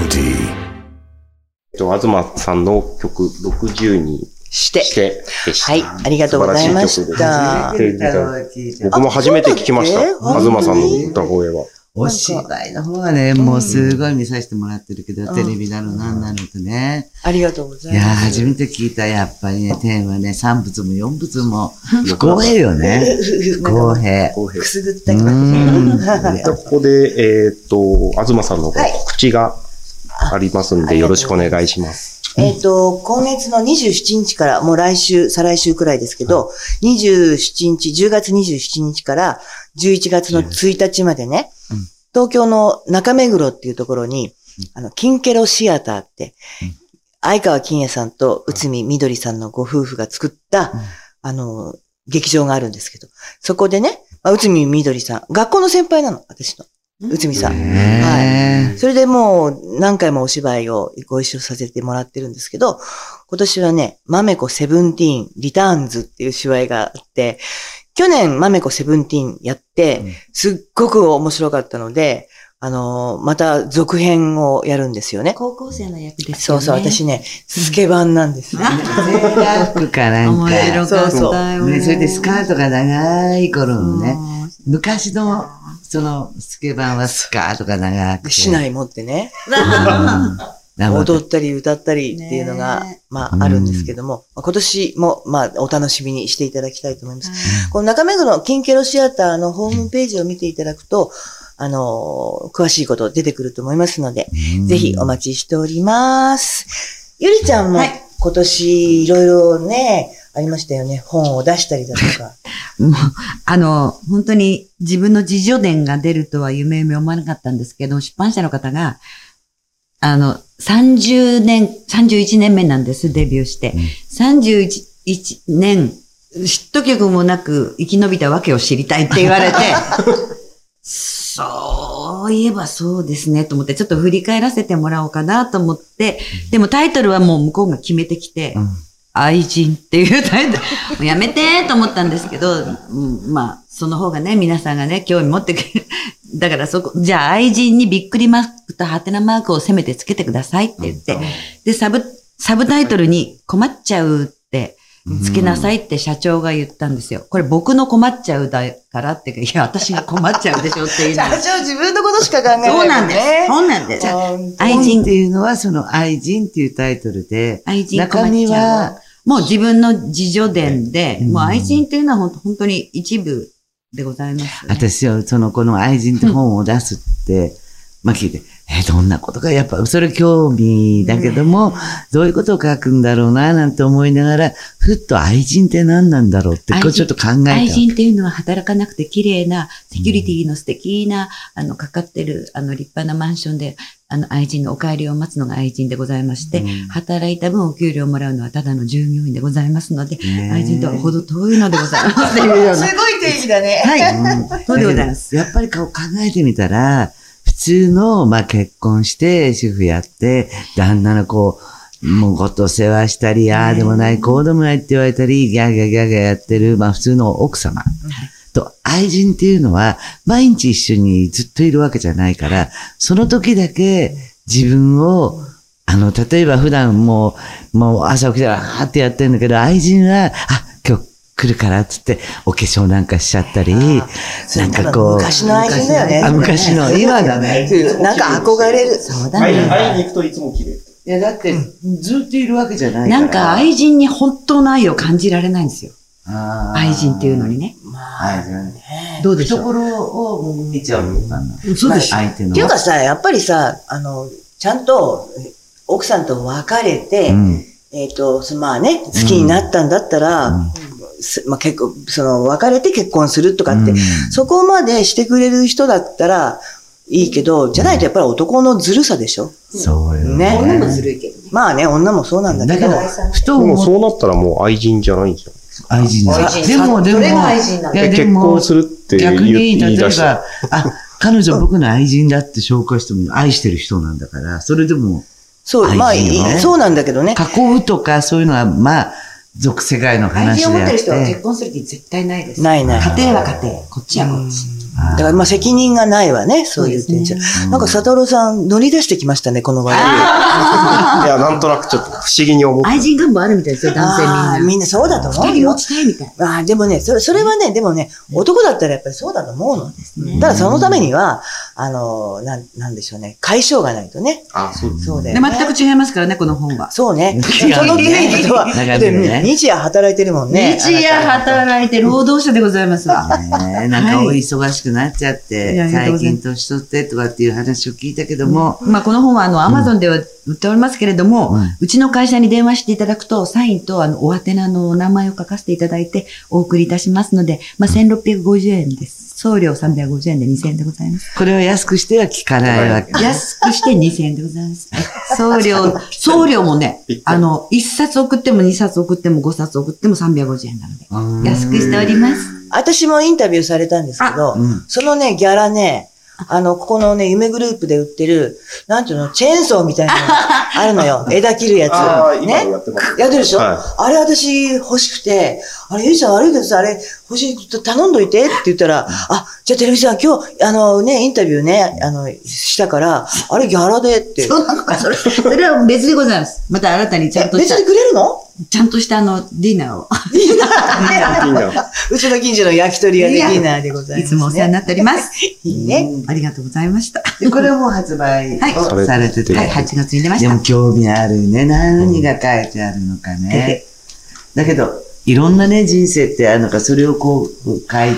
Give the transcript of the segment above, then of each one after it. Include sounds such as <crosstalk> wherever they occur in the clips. えっと東さんの曲60にして。してでした。はい、ありがとうございま素し晴た。て歌を僕も初めて聞きました。あそうだっ東けさんの歌声は。お芝居の方はね、もうすごい見させてもらってるけど、テレビだのなんなのとね。ありがとうございいやー、ます。初めて聞いた、やっぱりね、天はね、三仏も四仏も、不公平よね。不公平。公平くすぐったうくなってん。 <laughs> でここで、えっと、東さんのはい告知がありますんあで、よろしくお願いします。えっ、と、今月の27日から、もう来週、再来週くらいですけど、27日、10月27日から11月の1日までね、うん東京の中目黒っていうところに、あの、金ケロシアターって、うん相川金也さんと内海みどりさんのご夫婦が作った、うんあの、劇場があるんですけど、そこでね、まあ、内海みどりさん、学校の先輩なの、私の。内海さん。ねそれでもう何回もお芝居をご一緒させてもらってるんですけど、今年はね、マメコセブンティーンリターンズっていう芝居があって、去年マメコセブンティーンやってうん、すっごく面白かったので、あのーまた続編をやるるんですよね。高校生の役ですよね。そうそう、私ね、スケバンなんですよ。え。制服かなん面白か。かったそうよ。ね、それでスカートが長い頃のね、うん <laughs> 昔の、その、スケバンはスカートが長くでて。市内持ってね、うん。なるほど踊ったり歌ったりっていうのが、ねまああるんですけども、まあ今年もまあお楽しみにしていただきたいと思います。この中目黒の金ケロシアターのホームページを見ていただくと、あのー詳しいこと出てくると思いますので、ぜひお待ちしております。ゆりちゃんもはい今年いろいろね、ありましたよね。本を出したりだとか。もう、あの、本当に自分の自助伝が出るとは夢も思わなかったんですけど、出版社の方が、あの、30年、31年目なんです、デビューして。31年、ヒット曲もなく生き延びたわけを知りたいって言われて、 <laughs> そういえばそうですね、と思って、ちょっと振り返らせてもらおうかなと思って、でもタイトルはもう向こうが決めてきて、うん愛人っていうタイトル、もうやめてと思ったんですけど、うんまあ、その方がね、皆さんがね、興味持ってくれる。 <laughs> だからそこ、じゃあ愛人にびっくりマークとハテナマークをせめてつけてくださいって言って、で、サブ、サブタイトルに困っちゃうって、つけなさいって社長が言ったんですよ。これ僕の困っちゃうだからって、いや、私が困っちゃうでしょっていうの社は。長自分のことしか考えない、そうなんです。 <laughs> そうなんです。愛愛人人っていうのは、その愛人っていうタイトルで、愛人中身は、もう自分の自助伝で、うんもう愛人っていうのはほんと本当に一部でございます、ね。私はその、この愛人って本を出すって、まあ聞いて、え、どんなことか、やっぱ、それ興味だけども、どういうことを書くんだろうな、なんて思いながら、ふっと愛人って何なんだろうって、こ愛れ人ちょっと考えた。愛人っていうのは働かなくて綺麗な、セキュリティの素敵な、あの、かかってる、あの、立派なマンションで、あの、愛人のお帰りを待つのが愛人でございまして、うん働いた分お給料をもらうのはただの従業員でございますので、ねえ愛人とはほど遠いのでございますというような。すごい定義だね。はい。そうでございます。やっぱりこう考えてみたら、普通の、まあ、結婚して、主婦やって、旦那のこう、もうごと世話したり、ああでもない、こうでもないって言われたり、ギャーギャーギャーギャーやってる、まあ普通の奥様。と、愛人っていうのは、毎日一緒にずっといるわけじゃないから、その時だけ自分を、あの、例えば普段もう、もう朝起きたら、あーってやってるんだけど、愛人は、あ、今日来るからっつって、お化粧なんかしちゃったり、ーなんかこう、昔の愛人だよね。あ昔の、今だね。うん <laughs> なんか憧れる。そうだね。会いに行くといつも綺麗。いや、だって、ずっといるわけじゃななんか愛人に本当の愛を感じられないんですよ。あー愛人っていうのに。ね。愛人ね。どうでしょう懐を見ちゃうのかな。そうでしょ相手の。っていうかさ、やっぱりさ、あの、ちゃんと奥さんと別れて、うん、えっ、と、そまあね、好きになったんだったら、うんすまあ、結構、その、別れて結婚するとかって、うんそこまでしてくれる人だったらいいけど、じゃないとやっぱり男のずるさでしょ。そうよね女もずるい。まあね、女もそうなんだだけけどど、、ふとでも思うそうなったらもう愛人じゃないんじゃん。愛人だ愛人でも、でも、いやえで結も婚するって言逆に、い言い例え出した。ば、あ、彼女僕の愛人だって紹介しても、愛してる人なんだから、それでも、そう、まあ、愛人よねそうなんだけどね。囲うとか、そういうのは、まあ、俗世界の話であって。婚する気絶対ないでないない。家庭は家庭、こっちはこっち。だからまあ責任がないわね、そういう点じゃ。なんか佐藤さん乗り出してきましたね、この話題。いや、なんとなくちょっと不思議に思って愛人願望あるみたいですよ、男性あーみんな。みんなそうだと思二う人よ落。ちたいみたい。ああ、でもね、それ、それはね、でもね、男だったらやっぱりそうだと思うの。ただそのためには、あの、なん、なんでしょうね、解消がないとね。あ、そうです。そうだで、よね。全く違いますからね、この本は。そうね。そ違うの定義とは、中身だがねって <laughs> 日夜働いてるもんね。日夜働いて労働者でございますわ。ねえなんかお忙しくなっちゃっはいいて、やありがとうご最ざいま近す年取ってとかっていう話を聞いたけども、まあ、この本は、あの、アマゾンでは売っておりますけれども、ううんちの会社に電話していただくと、サインと、あの、お宛名のお名前を書かせていただいて、お送りいたしますので、まあ、1650円です。送料350円で2000円でございます。これを安くしては聞かないわけ。安くして2000円でございます。送 <laughs> 料、送料もねぴっ、たりあの、1冊送っても2冊送っても5冊送っても350円なので、うん安くしております。私もインタビューされたんですけど、うんそのね、ギャラね、あの、ここのね、夢グループで売ってる、なんていうの、チェーンソーみたいなのあるの <laughs> よ。枝切るやああ、つ。今ね。やってます。やってるでしょ、はいあれ私欲しくて、あれ、ゆいちゃん悪いです。あれ欲しい。頼んどいてって言ったら、あ、じゃあテレビさん今日、あのね、インタビューね、あの、したから、あれギャラでって。そうなのか、それ。それは別でございます。また新たにちゃんえとし別たに、くれ <laughs> るの <laughs> ちゃんとしたあの、ディナーを。いいな。うちの近所の焼き鳥屋でディナーでございいます、ね。つもお世話になっております。いいね。 <laughs> ありがとうございました。で、これはもう発売はいをされてて。ははい、8月に出ましでた。も興味あるね。何が書いてあるのかね。だけど、いろんなね、人生ってあるのか、それをこう書いて、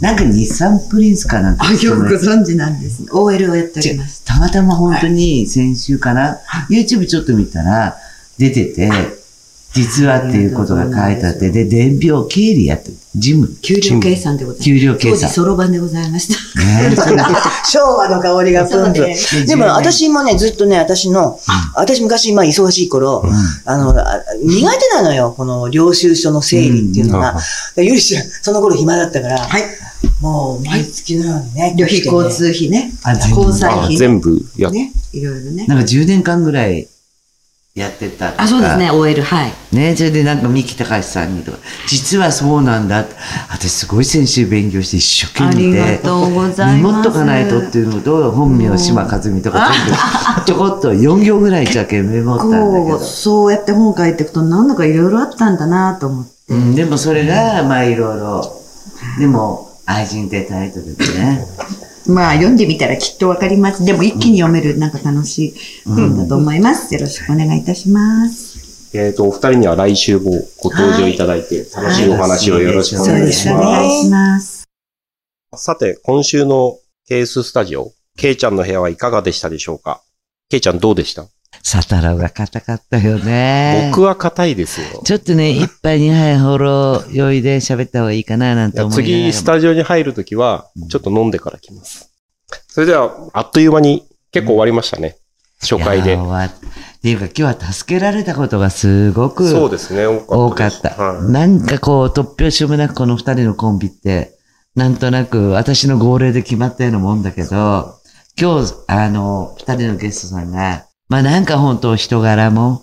なんか日産プリンスかなんか。あ、よくご存知なんですね。OL をやっております。たまたま本当に先週かな、YouTube ちょっと見たら、出てて、実はっていうことが書いてあって、で、伝票経理やって、事務。給料計算でございます。給料計算当時、そろばんでございました。ね、昭和の香りがプンプそうンね。 <laughs> でも私もね、ずっとね、私の、私昔、まあ忙しい頃、あの、あ苦手なのよ、この領収書の整理っていうのうんが。でゆりちゃん、その頃暇だったから、はい。もう毎月のようにね、旅費、交通費ね。あ全部交際あ費。全部やっね。いろいろね。なんか10年間ぐらいやってたとかあ、そうですね、OL、はい。ね、それでなんか三木隆さんにとか、実はそうなんだって私すごい先週勉強して一生懸命見てありがとうございまメすモっとかないとっていうのと、本名島和美とか <laughs> 全部、ちょこっと4行ぐらいじゃけメモったんだこう、けど。そうやって本書いていくと、なんだかいろいろあったんだなと思って。うん、でもそれが、まあいろいろ。でも、愛人ってタイトルでね。まあ、読んでみたらきっとわかります。でも、一気に読める、なんか楽しい本だと思います。よろしくお願いいたします。えっと、お二人には来週もご登場いただいて、楽しいお話をよろしくおそう願でいすしね。おます。願いします。さて、今週のケーススタジオ、ケイちゃんの部屋はいかがでしたでしょうかケイちゃんどうでしたサタラが硬かったよね。僕は硬いですよ。ちょっとね、一杯二杯ほろ酔いで喋った方がいいかななんて思いながらも。次、スタジオに入るときは、ちょっと飲んでから来ます。それでは、あっという間に結構終わりましたね。初回いでや。終わっっていうか今日は助けられたことがすごくそうですね、多多かかっったた。です。はいなんかこう、突拍子もなくこの二人のコンビって、なんとなく私の号令で決まったようなもんだけど、今日、あの、二人のゲストさんが、まあなんか本当人柄も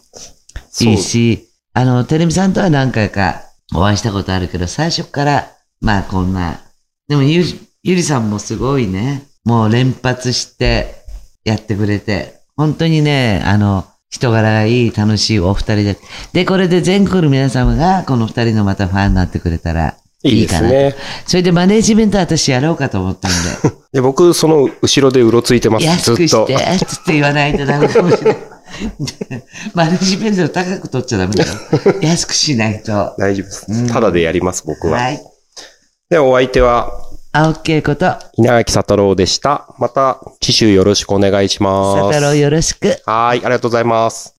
いいし、あの、テレビさんとは何回かお会いしたことあるけど、最初から、まあこんな、でもゆ、ゆりさんもすごいね、もう連発してやってくれて、本当にね、あの、人柄がいい、楽しいお二人で。で、これで全国の皆様が、この二人のまたファンになってくれたらいいいでいかすな。ね。それでマネージメント私やろうかと思ったんで。で僕、その後ろでうろついてます。安ずくっしとて、。つって言わないとダメかもしれない。マネジメント高く取っちゃダメだよ。安くしないと。大丈夫でうんす。ただでやります、僕はは。い。で、お相手は、青木恵子と、稲垣佐太郎でした。また、次週よろしくお願いし佐ま太郎す。よろしく。はい、ありがとうございます。